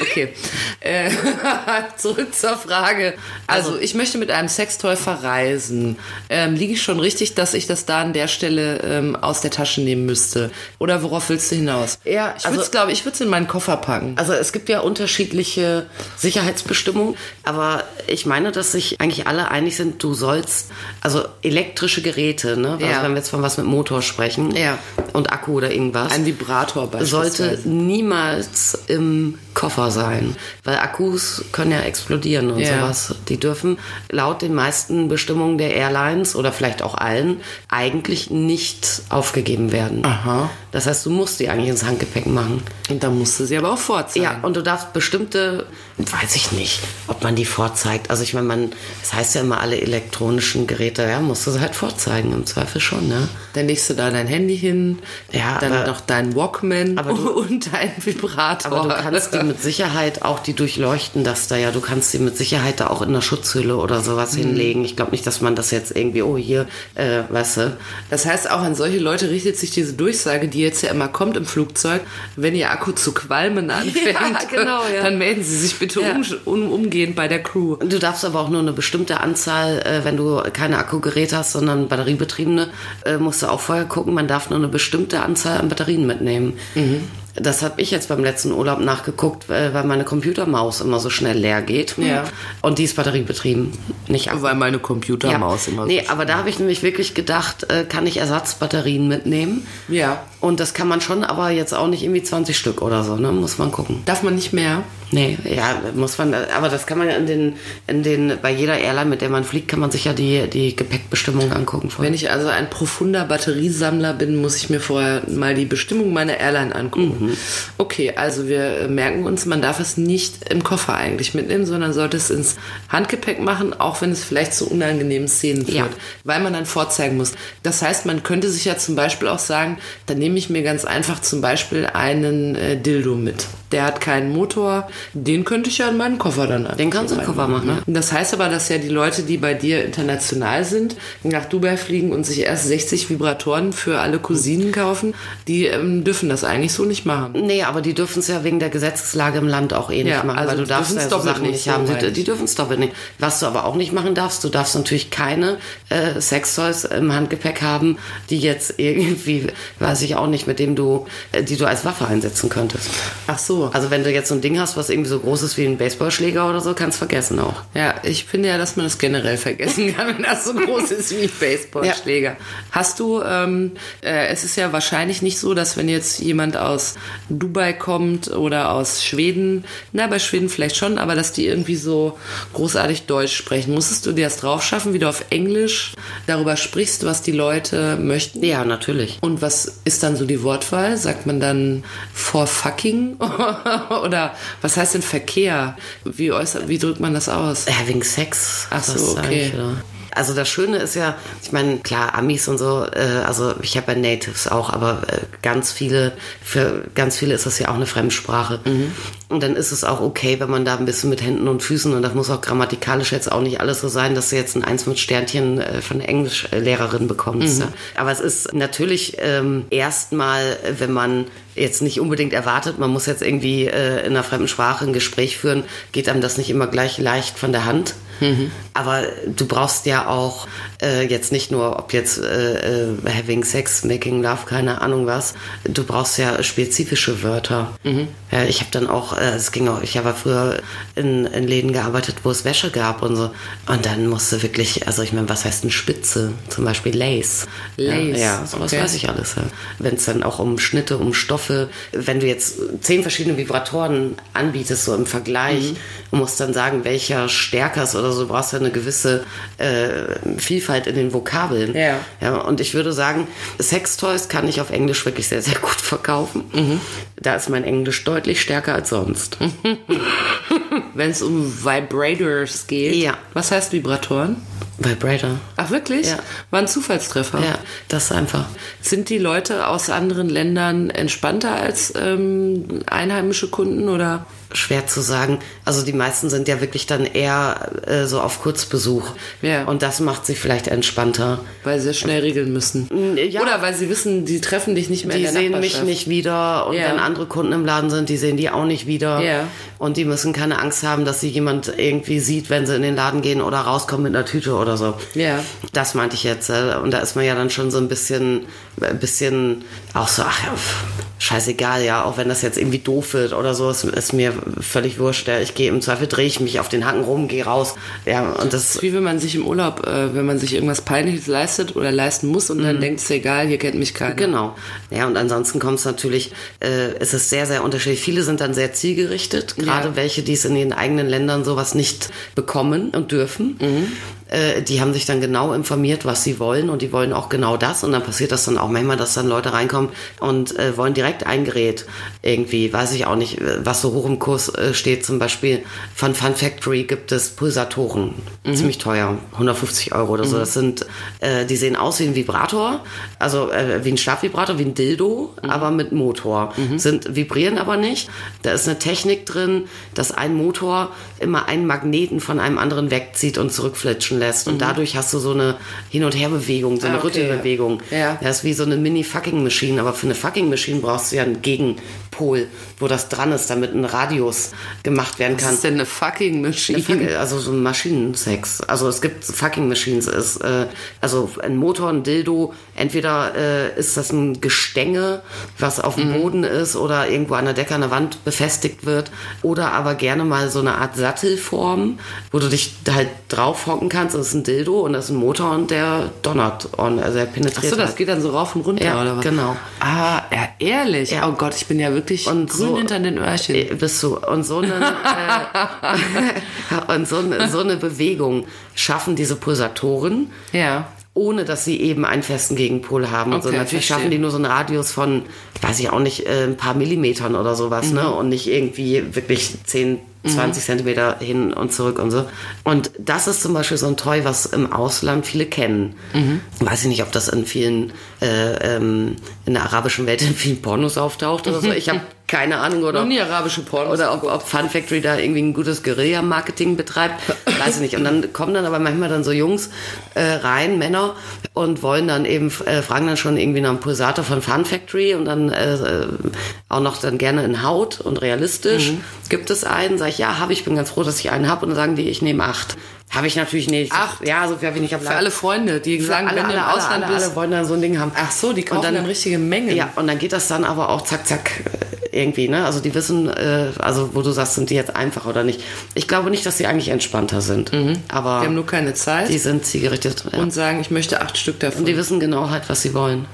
[SPEAKER 2] Okay. Äh, zurück zur Frage. Also, ich möchte mit einem Sextoy verreisen. Ähm, liege ich schon richtig, dass ich das da an der Stelle ähm, aus der Tasche nehmen müsste? Oder worauf willst du hinaus?
[SPEAKER 3] Ja,
[SPEAKER 2] ich würde es,
[SPEAKER 3] also-
[SPEAKER 2] glaube ich, würde es in meinen Koffer packen.
[SPEAKER 3] Also es gibt ja unterschiedliche Sicherheitsbestimmungen, aber ich meine, dass sich eigentlich alle einig sind, du sollst, also elektrische Geräte, ne? Also
[SPEAKER 2] Ja.
[SPEAKER 3] wenn wir jetzt von was mit Motor sprechen
[SPEAKER 2] Ja.
[SPEAKER 3] und Akku oder irgendwas.
[SPEAKER 2] Ein Vibrator beispielsweise.
[SPEAKER 3] sollte niemals im Koffer sein, weil Akkus können ja explodieren und
[SPEAKER 2] Ja.
[SPEAKER 3] sowas. Die dürfen laut den meisten Bestimmungen der Airlines oder vielleicht auch allen eigentlich nicht aufgegeben werden.
[SPEAKER 2] Aha.
[SPEAKER 3] Das heißt, du musst die eigentlich ins Handgepäck machen.
[SPEAKER 2] Und da musste sie aber auch vorzeigen.
[SPEAKER 3] Ja, und du darfst bestimmte, weiß ich nicht, ob man die vorzeigt. Also ich meine, man, es heißt ja immer, alle elektronischen Geräte, ja, musst du sie halt vorzeigen, im Zweifel schon, ne?
[SPEAKER 2] Dann legst du da dein Handy hin,
[SPEAKER 3] Ja,
[SPEAKER 2] dann
[SPEAKER 3] aber-
[SPEAKER 2] noch deinen Walkman
[SPEAKER 3] Aber du-
[SPEAKER 2] und deinen Vibrator.
[SPEAKER 3] Aber du kannst die mit Sicherheit auch, die durchleuchten das da ja, du kannst die mit Sicherheit da auch in der Schutzhülle oder sowas
[SPEAKER 2] Mhm.
[SPEAKER 3] hinlegen. Ich glaube nicht, dass man das jetzt irgendwie, oh hier, äh, weißt du,
[SPEAKER 2] Das heißt, auch an solche Leute richtet sich diese Durchsage, die jetzt ja immer kommt im Flugzeug, wenn ihr Akku zu qualmen anfängt,
[SPEAKER 3] genau, ja.
[SPEAKER 2] dann melden Sie sich bitte
[SPEAKER 3] Ja.
[SPEAKER 2] um, um, umgehend bei der Crew.
[SPEAKER 3] Du darfst aber auch nur eine bestimmte Anzahl, äh, wenn du keine Akkugeräte hast, sondern batteriebetriebene, äh, musst du auch vorher gucken, man darf nur eine bestimmte Anzahl an Batterien mitnehmen.
[SPEAKER 2] Mhm.
[SPEAKER 3] Das habe ich jetzt beim letzten Urlaub nachgeguckt, äh, weil meine Computermaus immer so schnell leer geht.
[SPEAKER 2] Ja.
[SPEAKER 3] Und die ist batteriebetrieben, nicht Akku.
[SPEAKER 2] Weil meine Computermaus
[SPEAKER 3] ja.
[SPEAKER 2] immer
[SPEAKER 3] Nee, aber da habe ich nämlich wirklich gedacht, äh, kann ich Ersatzbatterien mitnehmen?
[SPEAKER 2] Ja.
[SPEAKER 3] Und das kann man schon, aber jetzt auch nicht irgendwie 20 Stück oder so, ne? Muss man gucken.
[SPEAKER 2] Darf man nicht mehr?
[SPEAKER 3] Nee, ja, muss man, aber das kann man ja in den, in den, bei jeder Airline, mit der man fliegt, kann man sich ja die, die Gepäckbestimmung angucken. vorher.
[SPEAKER 2] Wenn ich also ein profunder Batteriesammler bin, muss ich mir vorher mal die Bestimmung meiner Airline angucken. Okay, also wir äh, merken uns, man darf es nicht im Koffer eigentlich mitnehmen, sondern sollte es ins Handgepäck machen, auch wenn es vielleicht zu unangenehmen Szenen führt,
[SPEAKER 3] Ja.
[SPEAKER 2] weil man dann vorzeigen muss. Das heißt, man könnte sich ja zum Beispiel auch sagen, dann nehme ich mir ganz einfach zum Beispiel einen äh, Dildo mit. Der hat keinen Motor, den könnte ich ja in meinen Koffer dann einfach
[SPEAKER 3] Den kannst du in den Koffer
[SPEAKER 2] reinmachen,
[SPEAKER 3] machen,
[SPEAKER 2] ne? Das heißt aber, dass ja die Leute, die bei dir international sind, nach Dubai fliegen und sich erst 60 Vibratoren für alle Cousinen kaufen, die ähm, dürfen das eigentlich so nicht machen.
[SPEAKER 3] Nee, aber die dürfen es ja wegen der Gesetzeslage im Land auch eh nicht
[SPEAKER 2] Ja,
[SPEAKER 3] machen,
[SPEAKER 2] also
[SPEAKER 3] weil du
[SPEAKER 2] die
[SPEAKER 3] darfst ja
[SPEAKER 2] dürfen's
[SPEAKER 3] so
[SPEAKER 2] doppelt
[SPEAKER 3] Sachen
[SPEAKER 2] nicht,
[SPEAKER 3] nicht
[SPEAKER 2] so
[SPEAKER 3] haben.
[SPEAKER 2] meine
[SPEAKER 3] Die,
[SPEAKER 2] ich.
[SPEAKER 3] die dürfen es doppelt nicht. Was du aber auch nicht machen darfst, du darfst natürlich keine äh, Sextoys im Handgepäck haben, die jetzt irgendwie, weiß ich auch nicht, mit dem du, äh, die du als Waffe einsetzen könntest.
[SPEAKER 2] Ach so.
[SPEAKER 3] Also wenn du jetzt so ein Ding hast, was irgendwie so groß ist wie ein Baseballschläger oder so, kannst vergessen auch.
[SPEAKER 2] Ja, ich finde ja, dass man das generell vergessen kann, wenn das so groß ist wie ein Baseballschläger. Hast du, ähm, äh, es ist ja wahrscheinlich nicht so, dass wenn jetzt jemand aus Dubai kommt oder aus Schweden, na, bei Schweden vielleicht schon, aber dass die irgendwie so großartig Deutsch sprechen. Musstest du dir das drauf schaffen, wie du auf Englisch darüber sprichst, was die Leute möchten?
[SPEAKER 3] Ja, natürlich.
[SPEAKER 2] Und was ist dann so die Wortwahl? Sagt man dann for fucking? Oder was heißt denn Verkehr? Wie, äußert, wie drückt man das aus?
[SPEAKER 3] Ja, wegen Sex.
[SPEAKER 2] Ach so,
[SPEAKER 3] Das sag
[SPEAKER 2] okay.
[SPEAKER 3] ich, ja. Also das Schöne ist ja, ich meine, klar, Amis und so, äh, also ich habe ja Natives auch, aber äh, ganz viele, für ganz viele ist das ja auch eine Fremdsprache. Und dann ist es auch okay, wenn man da ein bisschen mit Händen und Füßen, und das muss auch grammatikalisch jetzt auch nicht alles so sein, dass du jetzt ein Eins mit Sternchen äh, von der Englischlehrerin bekommst. Ja. Aber es ist natürlich ähm, erstmal, äh, wenn man jetzt nicht unbedingt erwartet, man muss jetzt irgendwie äh, in einer fremden Sprache ein Gespräch führen, geht einem das nicht immer gleich leicht von der Hand.
[SPEAKER 2] Mhm.
[SPEAKER 3] Aber du brauchst ja auch äh, jetzt nicht nur, ob jetzt äh, äh, having sex, making love, keine Ahnung was, du brauchst ja spezifische Wörter.
[SPEAKER 2] Mhm.
[SPEAKER 3] Ja, ich habe dann auch, äh, es ging auch, ich habe ja früher in, in Läden gearbeitet, wo es Wäsche gab und so. Und dann musste wirklich, also ich meine, was heißt denn Spitze? Zum Beispiel Lace.
[SPEAKER 2] Lace,
[SPEAKER 3] Ja, ja sowas
[SPEAKER 2] okay.
[SPEAKER 3] weiß ich alles. Ja. Wenn es dann auch um Schnitte, um Stoffe, wenn du jetzt zehn verschiedene Vibratoren anbietest, so im Vergleich, und musst dann sagen, welcher stärker ist oder so, du brauchst ja eine gewisse äh, Vielfalt in den Vokabeln.
[SPEAKER 2] Ja.
[SPEAKER 3] ja. Und ich würde sagen, Sextoys kann ich auf Englisch wirklich sehr, sehr gut verkaufen. Da ist mein Englisch deutlich stärker als sonst.
[SPEAKER 2] Wenn es um Vibrators geht.
[SPEAKER 3] Ja.
[SPEAKER 2] Was heißt Vibratoren?
[SPEAKER 3] Vibrator.
[SPEAKER 2] Ach wirklich?
[SPEAKER 3] Ja.
[SPEAKER 2] War ein Zufallstreffer.
[SPEAKER 3] Ja, das ist einfach.
[SPEAKER 2] Sind die Leute aus anderen Ländern entspannter als ähm, einheimische Kunden oder?
[SPEAKER 3] schwer zu sagen. Also die meisten sind ja wirklich dann eher äh, so auf Kurzbesuch.
[SPEAKER 2] Ja.
[SPEAKER 3] Und das macht sie vielleicht entspannter.
[SPEAKER 2] Weil sie es schnell regeln müssen.
[SPEAKER 3] äh, ja.
[SPEAKER 2] Oder weil sie wissen, die treffen dich nicht mehr
[SPEAKER 3] Die
[SPEAKER 2] in der
[SPEAKER 3] sehen mich
[SPEAKER 2] Nachbarschaft.
[SPEAKER 3] nicht wieder und
[SPEAKER 2] Ja.
[SPEAKER 3] wenn andere Kunden im Laden sind, die sehen die auch nicht wieder.
[SPEAKER 2] Ja.
[SPEAKER 3] Und die müssen keine Angst haben, dass sie jemand irgendwie sieht, wenn sie in den Laden gehen oder rauskommen mit einer Tüte oder so.
[SPEAKER 2] Ja.
[SPEAKER 3] Das meinte ich jetzt. äh, Und da ist man ja dann schon so ein bisschen, ein bisschen auch so, ach ja, pff, scheißegal, ja, auch wenn das jetzt irgendwie doof wird oder so, ist, ist mir völlig wurscht. ja. Ich gehe im Zweifel, drehe ich mich auf den Haken rum, gehe raus. Ja, und das
[SPEAKER 2] ist wie wenn man sich im Urlaub, äh, wenn man sich irgendwas Peinliches leistet oder leisten muss und dann denkt es egal, hier kennt mich keiner.
[SPEAKER 3] Mhm. Genau. Ja, und ansonsten kommt es natürlich, äh, es ist sehr, sehr unterschiedlich. Viele sind dann sehr zielgerichtet, gerade
[SPEAKER 2] Ja.
[SPEAKER 3] welche, die es in ihren eigenen Ländern sowas nicht bekommen und dürfen. Äh, Die haben sich dann genau informiert, was sie wollen und die wollen auch genau das. Und dann passiert das dann auch manchmal, dass dann Leute reinkommen und äh, wollen direkt ein Gerät. Irgendwie, weiß ich auch nicht, äh, was so hoch im Kurs äh, steht. Zum Beispiel von Fun Factory gibt es Pulsatoren.
[SPEAKER 2] Mhm.
[SPEAKER 3] Ziemlich teuer, 150 Euro oder so. Das sind, äh, die sehen aus wie ein Vibrator, also äh, wie ein Schlafvibrator, wie ein Dildo,
[SPEAKER 2] Mhm.
[SPEAKER 3] aber mit Motor. Sind, vibrieren aber nicht. Da ist eine Technik drin, dass ein Motor immer einen Magneten von einem anderen wegzieht und zurückflitschen lässt. Und dadurch hast du so eine Hin- und Herbewegung, so eine
[SPEAKER 2] Mhm. Ah, okay,
[SPEAKER 3] Rüttelbewegung.
[SPEAKER 2] ja. Ja.
[SPEAKER 3] Das ist wie so eine Mini-Fucking-Machine, aber für eine Fucking-Machine brauchst du ja einen Gegenpol, wo das dran ist, damit ein Radius gemacht werden
[SPEAKER 2] Was
[SPEAKER 3] kann.
[SPEAKER 2] ist denn eine fucking Maschine?
[SPEAKER 3] Ja, fuck, Also so ein Maschinensex. Also es gibt fucking Machines. Es, äh, also ein Motor, ein Dildo. Entweder äh, ist das ein Gestänge, was auf
[SPEAKER 2] Mhm.
[SPEAKER 3] dem Boden ist oder irgendwo an der Decke, an der Wand befestigt wird. Oder aber gerne mal so eine Art Sattelform, wo du dich halt drauf hocken kannst. Das ist ein Dildo und das ist ein Motor und der donnert. Und, also der penetriert
[SPEAKER 2] Achso, das
[SPEAKER 3] halt.
[SPEAKER 2] geht dann so rauf und runter,
[SPEAKER 3] Ja,
[SPEAKER 2] oder was?
[SPEAKER 3] genau.
[SPEAKER 2] Ah, ja, ehrlich.
[SPEAKER 3] Ja.
[SPEAKER 2] Oh Gott, ich bin ja wirklich
[SPEAKER 3] Und
[SPEAKER 2] grün
[SPEAKER 3] so-
[SPEAKER 2] hinter den Öhrchen.
[SPEAKER 3] Äh, Bist du. Und so eine, äh, und so eine, so eine Bewegung schaffen diese Pulsatoren,
[SPEAKER 2] ja.
[SPEAKER 3] ohne dass sie eben einen festen Gegenpol haben. und so
[SPEAKER 2] Okay,
[SPEAKER 3] natürlich
[SPEAKER 2] verstehe.
[SPEAKER 3] schaffen die nur so einen Radius von, weiß ich auch nicht, äh, ein paar Millimetern oder sowas,
[SPEAKER 2] Mhm.
[SPEAKER 3] ne? Und nicht irgendwie wirklich 10, 20 Zentimeter hin und zurück und so. Und das ist zum Beispiel so ein Toy, was im Ausland viele kennen.
[SPEAKER 2] Mhm.
[SPEAKER 3] Weiß ich nicht, ob das in vielen, äh, ähm, in der arabischen Welt in vielen Pornos auftaucht oder so. Ich habe keine Ahnung. Oder
[SPEAKER 2] Noch nie arabische Pornos
[SPEAKER 3] Oder ob, ob Fun Factory da irgendwie ein gutes Guerilla-Marketing betreibt. Weiß ich nicht. Und dann kommen dann aber manchmal dann so Jungs äh, rein, Männer, und wollen dann eben, äh, fragen dann schon irgendwie nach einem Pulsator von Fun Factory und dann äh, äh, auch noch dann gerne in Haut und realistisch.
[SPEAKER 2] Mhm.
[SPEAKER 3] Gibt es einen? Sag ich, ja, habe ich. Bin ganz froh, dass ich einen habe. Und dann sagen die, ich nehme acht. Habe ich natürlich nicht.
[SPEAKER 2] Acht?
[SPEAKER 3] Ja, so viel habe ich nicht.
[SPEAKER 2] Für alle Freunde, die sagen, wenn
[SPEAKER 3] alle,
[SPEAKER 2] du
[SPEAKER 3] alle,
[SPEAKER 2] im
[SPEAKER 3] alle,
[SPEAKER 2] Ausland
[SPEAKER 3] alle,
[SPEAKER 2] bist.
[SPEAKER 3] alle wollen dann so ein Ding haben.
[SPEAKER 2] Ach so, die kaufen
[SPEAKER 3] Und
[SPEAKER 2] dann richtige Mengen.
[SPEAKER 3] Ja, und dann geht das dann aber auch zack, zack äh, irgendwie, ne? Also die wissen, äh, also wo du sagst, sind die jetzt einfach oder nicht. Ich glaube nicht, dass sie eigentlich entspannter sind. Aber
[SPEAKER 2] Die Mhm. haben nur keine Zeit
[SPEAKER 3] die sind zielgerichtet. Ja.
[SPEAKER 2] und
[SPEAKER 3] Und
[SPEAKER 2] sagen, ich möchte acht Stück davon.
[SPEAKER 3] die wissen genau halt, was sie wollen.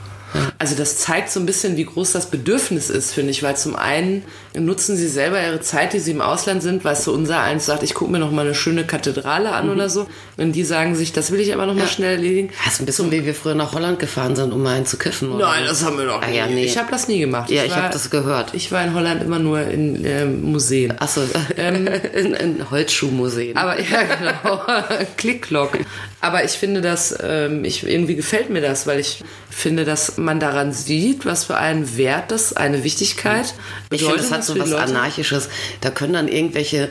[SPEAKER 2] Also das zeigt so ein bisschen, wie groß das Bedürfnis ist, finde ich, weil zum einen nutzen sie selber ihre Zeit, die sie im Ausland sind, weißt du, unser eins sagt, ich gucke mir noch mal eine schöne Kathedrale an oder so und die sagen sich, das will ich aber noch mal schnell erledigen.
[SPEAKER 3] Das ist ein bisschen wie wir früher nach Holland gefahren sind, um mal einen zu kiffen. Oder?
[SPEAKER 2] Nein, das haben wir noch
[SPEAKER 3] Ah,
[SPEAKER 2] nie.
[SPEAKER 3] ja, nee.
[SPEAKER 2] Ich habe das nie gemacht.
[SPEAKER 3] Ja, ich
[SPEAKER 2] war-
[SPEAKER 3] habe das gehört.
[SPEAKER 2] Ich war in Holland immer nur in ähm, Museen.
[SPEAKER 3] Achso, in, in Holzschuhmuseen.
[SPEAKER 2] Ähm. Aber ja, genau. Klick-Klock. Aber ich finde das, ähm, ich, irgendwie gefällt mir das, weil ich finde, dass man daran sieht, was für einen Wert das, eine Wichtigkeit
[SPEAKER 3] Ich finde, das
[SPEAKER 2] bedeutet
[SPEAKER 3] hat
[SPEAKER 2] für
[SPEAKER 3] so
[SPEAKER 2] die
[SPEAKER 3] was
[SPEAKER 2] Leute.
[SPEAKER 3] Anarchisches. Da können dann irgendwelche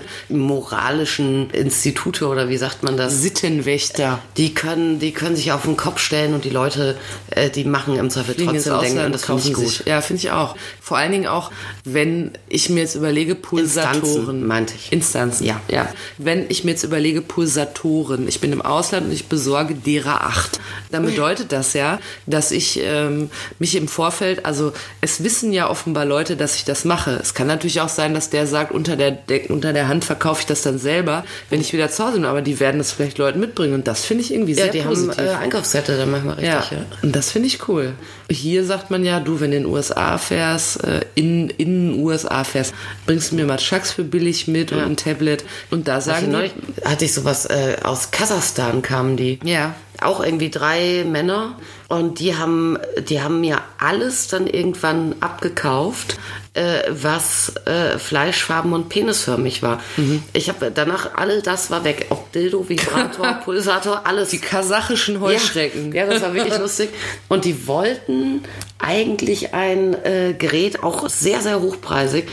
[SPEAKER 3] moralischen Institute oder wie sagt man das?
[SPEAKER 2] Sittenwächter.
[SPEAKER 3] Die können, die können sich auf den Kopf stellen und die Leute, äh, die machen im Zweifel
[SPEAKER 2] Fliegen ins
[SPEAKER 3] trotzdem denken,
[SPEAKER 2] Ausland,
[SPEAKER 3] und das finde ich
[SPEAKER 2] kaufen
[SPEAKER 3] gut.
[SPEAKER 2] sich- Ja, finde ich auch. Vor allen Dingen auch, wenn ich mir jetzt überlege, Pulsatoren.
[SPEAKER 3] Instanzen, meinte ich.
[SPEAKER 2] Instanzen.
[SPEAKER 3] Ja.
[SPEAKER 2] ja. Wenn ich mir jetzt überlege, Pulsatoren. Ich bin im Ausland und ich besorge derer acht. Dann bedeutet das ja, dass ich ähm, mich im Vorfeld, also es wissen ja offenbar Leute, dass ich das mache. Es kann natürlich auch sein, dass der sagt, unter der, Deck- unter der Hand verkaufe ich das dann selber, wenn ich wieder zu Hause bin. Aber die werden das vielleicht Leuten mitbringen. Und das finde ich irgendwie
[SPEAKER 3] Ja,
[SPEAKER 2] sehr
[SPEAKER 3] die
[SPEAKER 2] positiv.
[SPEAKER 3] haben äh, Einkaufszettel dann manchmal richtig.
[SPEAKER 2] Ja,
[SPEAKER 3] Ja.
[SPEAKER 2] und das finde ich cool. Hier sagt man ja, du, wenn du in den USA fährst, äh, in, in den USA fährst, bringst du mir mal Chucks für billig mit und ein Tablet. Und da
[SPEAKER 3] Hatte
[SPEAKER 2] sagen
[SPEAKER 3] Neulich
[SPEAKER 2] die,
[SPEAKER 3] hatte ich sowas, äh, aus Kasachstan kamen die.
[SPEAKER 2] Ja.
[SPEAKER 3] Auch irgendwie drei Männer und die haben, die haben mir alles dann irgendwann abgekauft, äh, was äh, fleischfarben und penisförmig war.
[SPEAKER 2] Mhm.
[SPEAKER 3] Ich habe danach, alle das war weg. Auch Dildo, Vibrator, Pulsator, alles.
[SPEAKER 2] die kasachischen Heuschrecken.
[SPEAKER 3] Ja, ja, das war wirklich lustig. Und die wollten eigentlich ein äh, Gerät, auch sehr, sehr hochpreisig.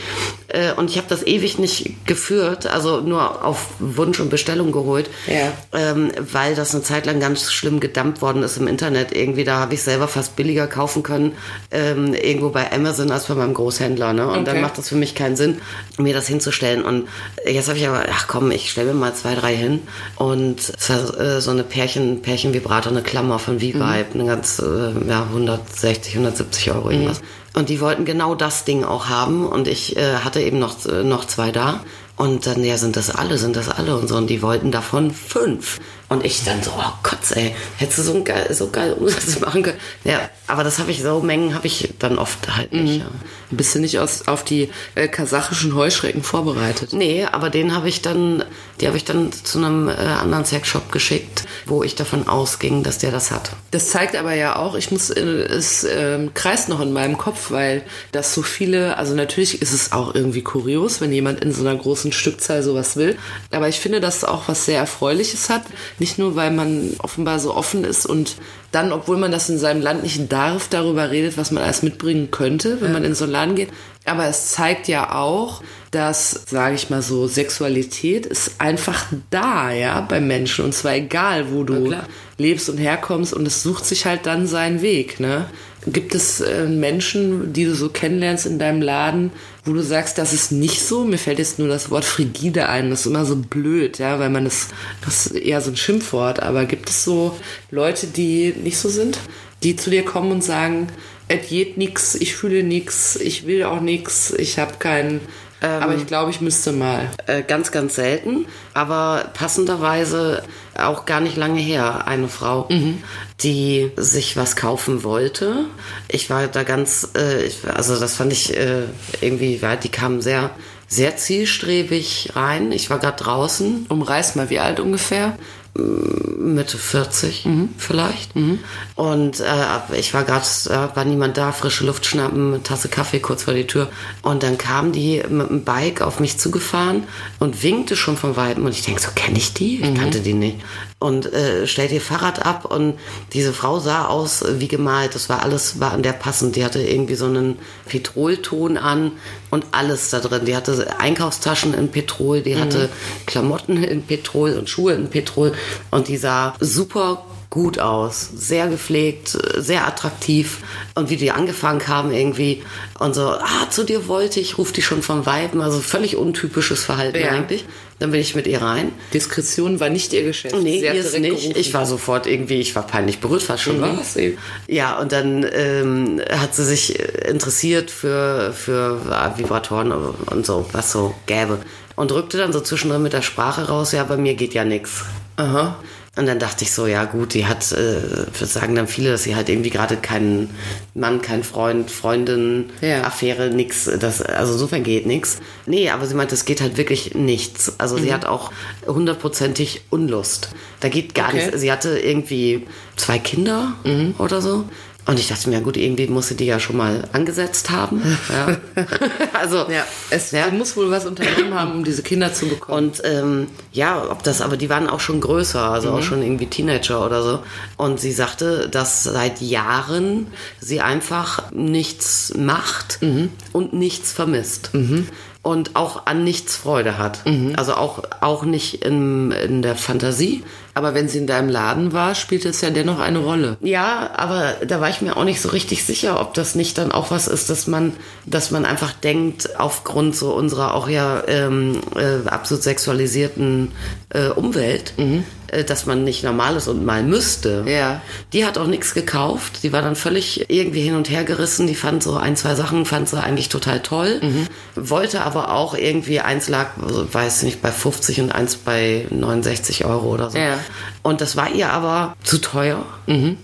[SPEAKER 3] Äh, und ich habe das ewig nicht geführt, also nur auf Wunsch und Bestellung geholt.
[SPEAKER 2] Ja.
[SPEAKER 3] Ähm, weil das eine Zeit lang ganz schlimm gedumpt worden ist im Internet. Irgendwie, da habe ich selber fast billiger kaufen können, ähm, irgendwo bei Amazon als bei meinem Großhändler. Ne? Und dann
[SPEAKER 2] Okay.
[SPEAKER 3] macht das für mich keinen Sinn, mir das hinzustellen. Und jetzt habe ich aber, ach komm, ich stelle mir mal zwei, drei hin. Und es war äh, so eine Pärchen, Pärchenvibrator, eine Klammer von V-Vibe, eine ganz, äh, ja, 160, 170 Euro irgendwas. Und die wollten genau das Ding auch haben. Und ich äh, hatte eben noch, äh, noch zwei da. Und dann, ja, sind das alle, sind das alle und so. Und die wollten davon fünf. Und ich dann so, oh Gott, ey, hättest du so ein geil, so geil Umsatz machen können. Ja, aber das habe ich, so Mengen habe ich dann oft halt nicht. Ja.
[SPEAKER 2] Bist du nicht aus, auf die äh, kasachischen Heuschrecken vorbereitet?
[SPEAKER 3] Nee, aber den habe ich dann, die habe ich dann zu einem äh, anderen Sexshop geschickt, wo ich davon ausging, dass der das hat.
[SPEAKER 2] Das zeigt aber ja auch, ich muss, äh, es ähm, kreist noch in meinem Kopf, weil das so viele, also natürlich ist es auch irgendwie kurios, wenn jemand in so einer großen Stückzahl sowas will. Aber ich finde, dass es auch was sehr Erfreuliches hat. Nicht nur, weil man offenbar so offen ist und dann, obwohl man das in seinem Land nicht darf, darüber redet, was man alles mitbringen könnte, wenn man in so einen Laden geht. Aber es zeigt ja auch, dass, sage ich mal so, Sexualität ist einfach da, ja, beim Menschen. Und zwar egal, wo du
[SPEAKER 3] klar.
[SPEAKER 2] lebst und herkommst und es sucht sich halt dann seinen Weg, ne? Gibt es äh, Menschen, die du so kennenlernst in deinem Laden, wo du sagst, das ist nicht so? Mir fällt jetzt nur das Wort Frigide ein, das ist immer so blöd, ja, weil man das, das ist eher so ein Schimpfwort, aber gibt es so Leute, die nicht so sind, die zu dir kommen und sagen, es geht nix, ich fühle nix, ich will auch nix, ich habe keinen Aber ich glaube, ich müsste mal.
[SPEAKER 3] Äh, ganz, ganz selten, aber passenderweise auch gar nicht lange her eine Frau, die sich was kaufen wollte. Ich war da ganz, äh, ich, also das fand ich äh, irgendwie, ja, die kam sehr, sehr zielstrebig rein. Ich war gerade draußen,
[SPEAKER 2] Umreiß mal, wie alt ungefähr?
[SPEAKER 3] Mitte 40 vielleicht. Und äh, ich war gerade, äh, war niemand da, frische Luft schnappen, Tasse Kaffee kurz vor die Tür. Und dann kam die mit dem Bike auf mich zugefahren und winkte schon von Weitem. Und ich denke, so kenne ich die? Ich kannte die nicht. Und äh, stellte ihr Fahrrad ab und diese Frau sah aus wie gemalt. Das war alles, war an der passend. Die hatte irgendwie so einen Petrolton an und alles da drin. Die hatte Einkaufstaschen in Petrol,
[SPEAKER 2] Mhm.
[SPEAKER 3] die hatte Klamotten in Petrol und Schuhe in Petrol und die sah super gut aus, sehr gepflegt, sehr attraktiv und wie die angefangen haben irgendwie und so, ah, zu dir wollte ich, ruft die schon vom Weiben, also völlig untypisches Verhalten
[SPEAKER 2] Ja.
[SPEAKER 3] eigentlich. Dann bin ich mit ihr rein
[SPEAKER 2] Diskretion war nicht ihr Geschäft.
[SPEAKER 3] Nee,
[SPEAKER 2] Sie hat
[SPEAKER 3] ihr ist
[SPEAKER 2] direkt
[SPEAKER 3] nicht.
[SPEAKER 2] gerufen.
[SPEAKER 3] Ich war sofort irgendwie, ich war peinlich berührt, war schon
[SPEAKER 2] Mhm.
[SPEAKER 3] was. Eben. Ja, und dann ähm, hat sie sich äh, interessiert für, für äh, Vibratoren und so, was so gäbe. Und rückte dann so zwischendrin mit der Sprache raus, ja, bei mir geht ja nichts. Aha. Und dann dachte ich so, ja gut, die hat, äh, das sagen dann viele, dass sie halt irgendwie gerade keinen Mann, keinen Freund, Freundin,
[SPEAKER 2] Ja.
[SPEAKER 3] Affäre, nix. Das, also insofern geht nix. Nee, aber sie meinte, es geht halt wirklich nichts. Also
[SPEAKER 2] Mhm.
[SPEAKER 3] sie hat auch hundertprozentig Unlust. Da geht gar
[SPEAKER 2] Okay. Mhm.
[SPEAKER 3] nichts. Sie hatte irgendwie zwei Kinder oder so. Und ich dachte mir, gut, irgendwie muss sie die ja schon mal angesetzt haben. Ja. also,
[SPEAKER 2] Ja, es
[SPEAKER 3] ja.
[SPEAKER 2] sie muss wohl was unternommen haben, um diese Kinder zu bekommen.
[SPEAKER 3] Und ähm, ja, ob das, aber die waren auch schon größer, also auch schon irgendwie Teenager oder so. Und sie sagte, dass seit Jahren sie einfach nichts macht und nichts vermisst. Und auch an nichts Freude hat. Also auch, auch nicht in, in der Fantasie.
[SPEAKER 2] aber wenn sie in deinem Laden war, spielte es ja dennoch eine Rolle.
[SPEAKER 3] Ja, aber da war ich mir auch nicht so richtig sicher, ob das nicht dann auch was ist, dass man, dass man einfach denkt, aufgrund so unserer auch ja ähm, äh, absolut sexualisierten äh, Umwelt, äh, dass man nicht normal ist und mal müsste.
[SPEAKER 2] Mhm. Ja.
[SPEAKER 3] Die hat auch nichts gekauft. Die war dann völlig irgendwie hin und her gerissen. Die fand so ein, zwei Sachen, fand sie eigentlich total toll. Wollte aber auch irgendwie, eins lag, also, weiß nicht, bei 50 und eins bei 69 Euro oder so.
[SPEAKER 2] Ja.
[SPEAKER 3] Und das war ihr aber zu teuer,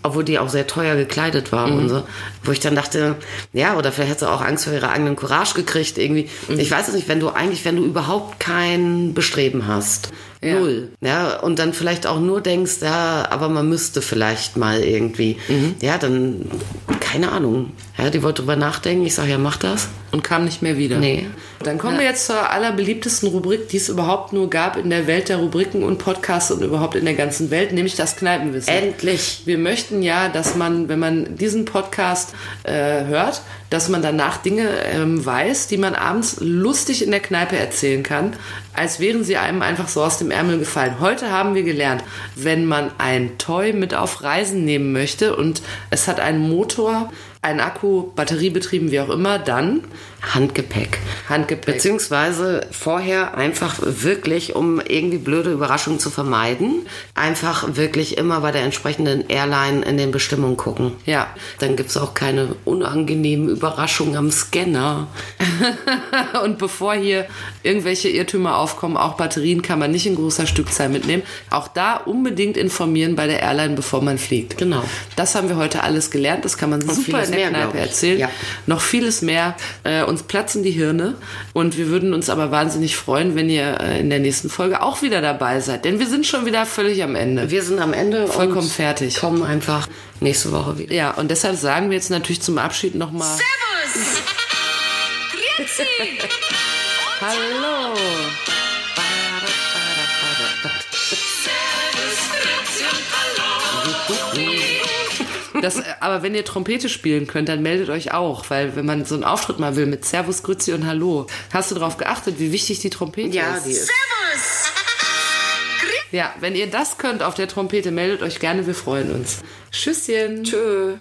[SPEAKER 3] obwohl die auch sehr teuer gekleidet war und so. Wo ich dann dachte, ja, oder vielleicht hat sie auch Angst vor ihrer eigenen Courage gekriegt irgendwie. Ich weiß es nicht, wenn du eigentlich, wenn du überhaupt kein Bestreben hast, null, ja, und dann vielleicht auch nur denkst, ja, aber man müsste vielleicht mal irgendwie, ja, dann, keine Ahnung. Ja, die wollte drüber nachdenken, ich sage, ja, mach das.
[SPEAKER 2] Und kam nicht mehr wieder.
[SPEAKER 3] Nee.
[SPEAKER 2] Dann kommen wir jetzt zur allerbeliebtesten Rubrik, die es überhaupt nur gab in der Welt der Rubriken und Podcasts und überhaupt in der ganzen Welt, nämlich das Kneipenwissen.
[SPEAKER 3] Endlich.
[SPEAKER 2] Wir möchten ja, dass man, wenn man diesen Podcast äh, hört, dass man danach Dinge ähm, weiß, die man abends lustig in der Kneipe erzählen kann, als wären sie einem einfach so aus dem Ärmel gefallen. Heute haben wir gelernt, wenn man ein Toy mit auf Reisen nehmen möchte und es hat einen Motor, einen Akku, Batteriebetrieben, wie auch immer, dann
[SPEAKER 3] Handgepäck.
[SPEAKER 2] Handgepäck.
[SPEAKER 3] Beziehungsweise vorher einfach wirklich, um irgendwie blöde Überraschungen zu vermeiden, einfach wirklich immer bei der entsprechenden Airline in den Bestimmungen gucken.
[SPEAKER 2] Ja.
[SPEAKER 3] Dann gibt's auch keine unangenehmen Überraschungen am Scanner.
[SPEAKER 2] Und bevor hier irgendwelche Irrtümer aufkommen, auch Batterien kann man nicht in großer Stückzahl mitnehmen. Auch da unbedingt informieren bei der Airline, bevor man fliegt.
[SPEAKER 3] Genau.
[SPEAKER 2] Das haben wir heute alles gelernt. Das kann man super
[SPEAKER 3] vieles
[SPEAKER 2] in der
[SPEAKER 3] mehr,
[SPEAKER 2] Kneipe
[SPEAKER 3] glaub ich.
[SPEAKER 2] erzählen.
[SPEAKER 3] Ja.
[SPEAKER 2] Noch vieles mehr. Äh, uns platzen die Hirne. Und wir würden uns aber wahnsinnig freuen, wenn ihr äh, in der nächsten Folge auch wieder dabei seid. Denn wir sind schon wieder völlig am Ende.
[SPEAKER 3] Wir sind am Ende
[SPEAKER 2] Vollkommen
[SPEAKER 3] und
[SPEAKER 2] fertig.
[SPEAKER 3] kommen einfach nächste Woche wieder.
[SPEAKER 2] Ja, und deshalb sagen wir jetzt natürlich zum Abschied nochmal
[SPEAKER 4] Servus! Grüezi! Und
[SPEAKER 2] Hallo.
[SPEAKER 4] Servus, Grüezi und Hallo!
[SPEAKER 2] Das, äh, aber wenn ihr Trompete spielen könnt, dann meldet euch auch, weil wenn man so einen Auftritt mal will mit Servus, Grüzi und Hallo, hast du darauf geachtet, wie wichtig die Trompete ist?
[SPEAKER 4] Servus! Grüezi!
[SPEAKER 2] Ja, wenn ihr das könnt auf der Trompete, meldet euch gerne, wir freuen uns. Tschüsschen. Tschö.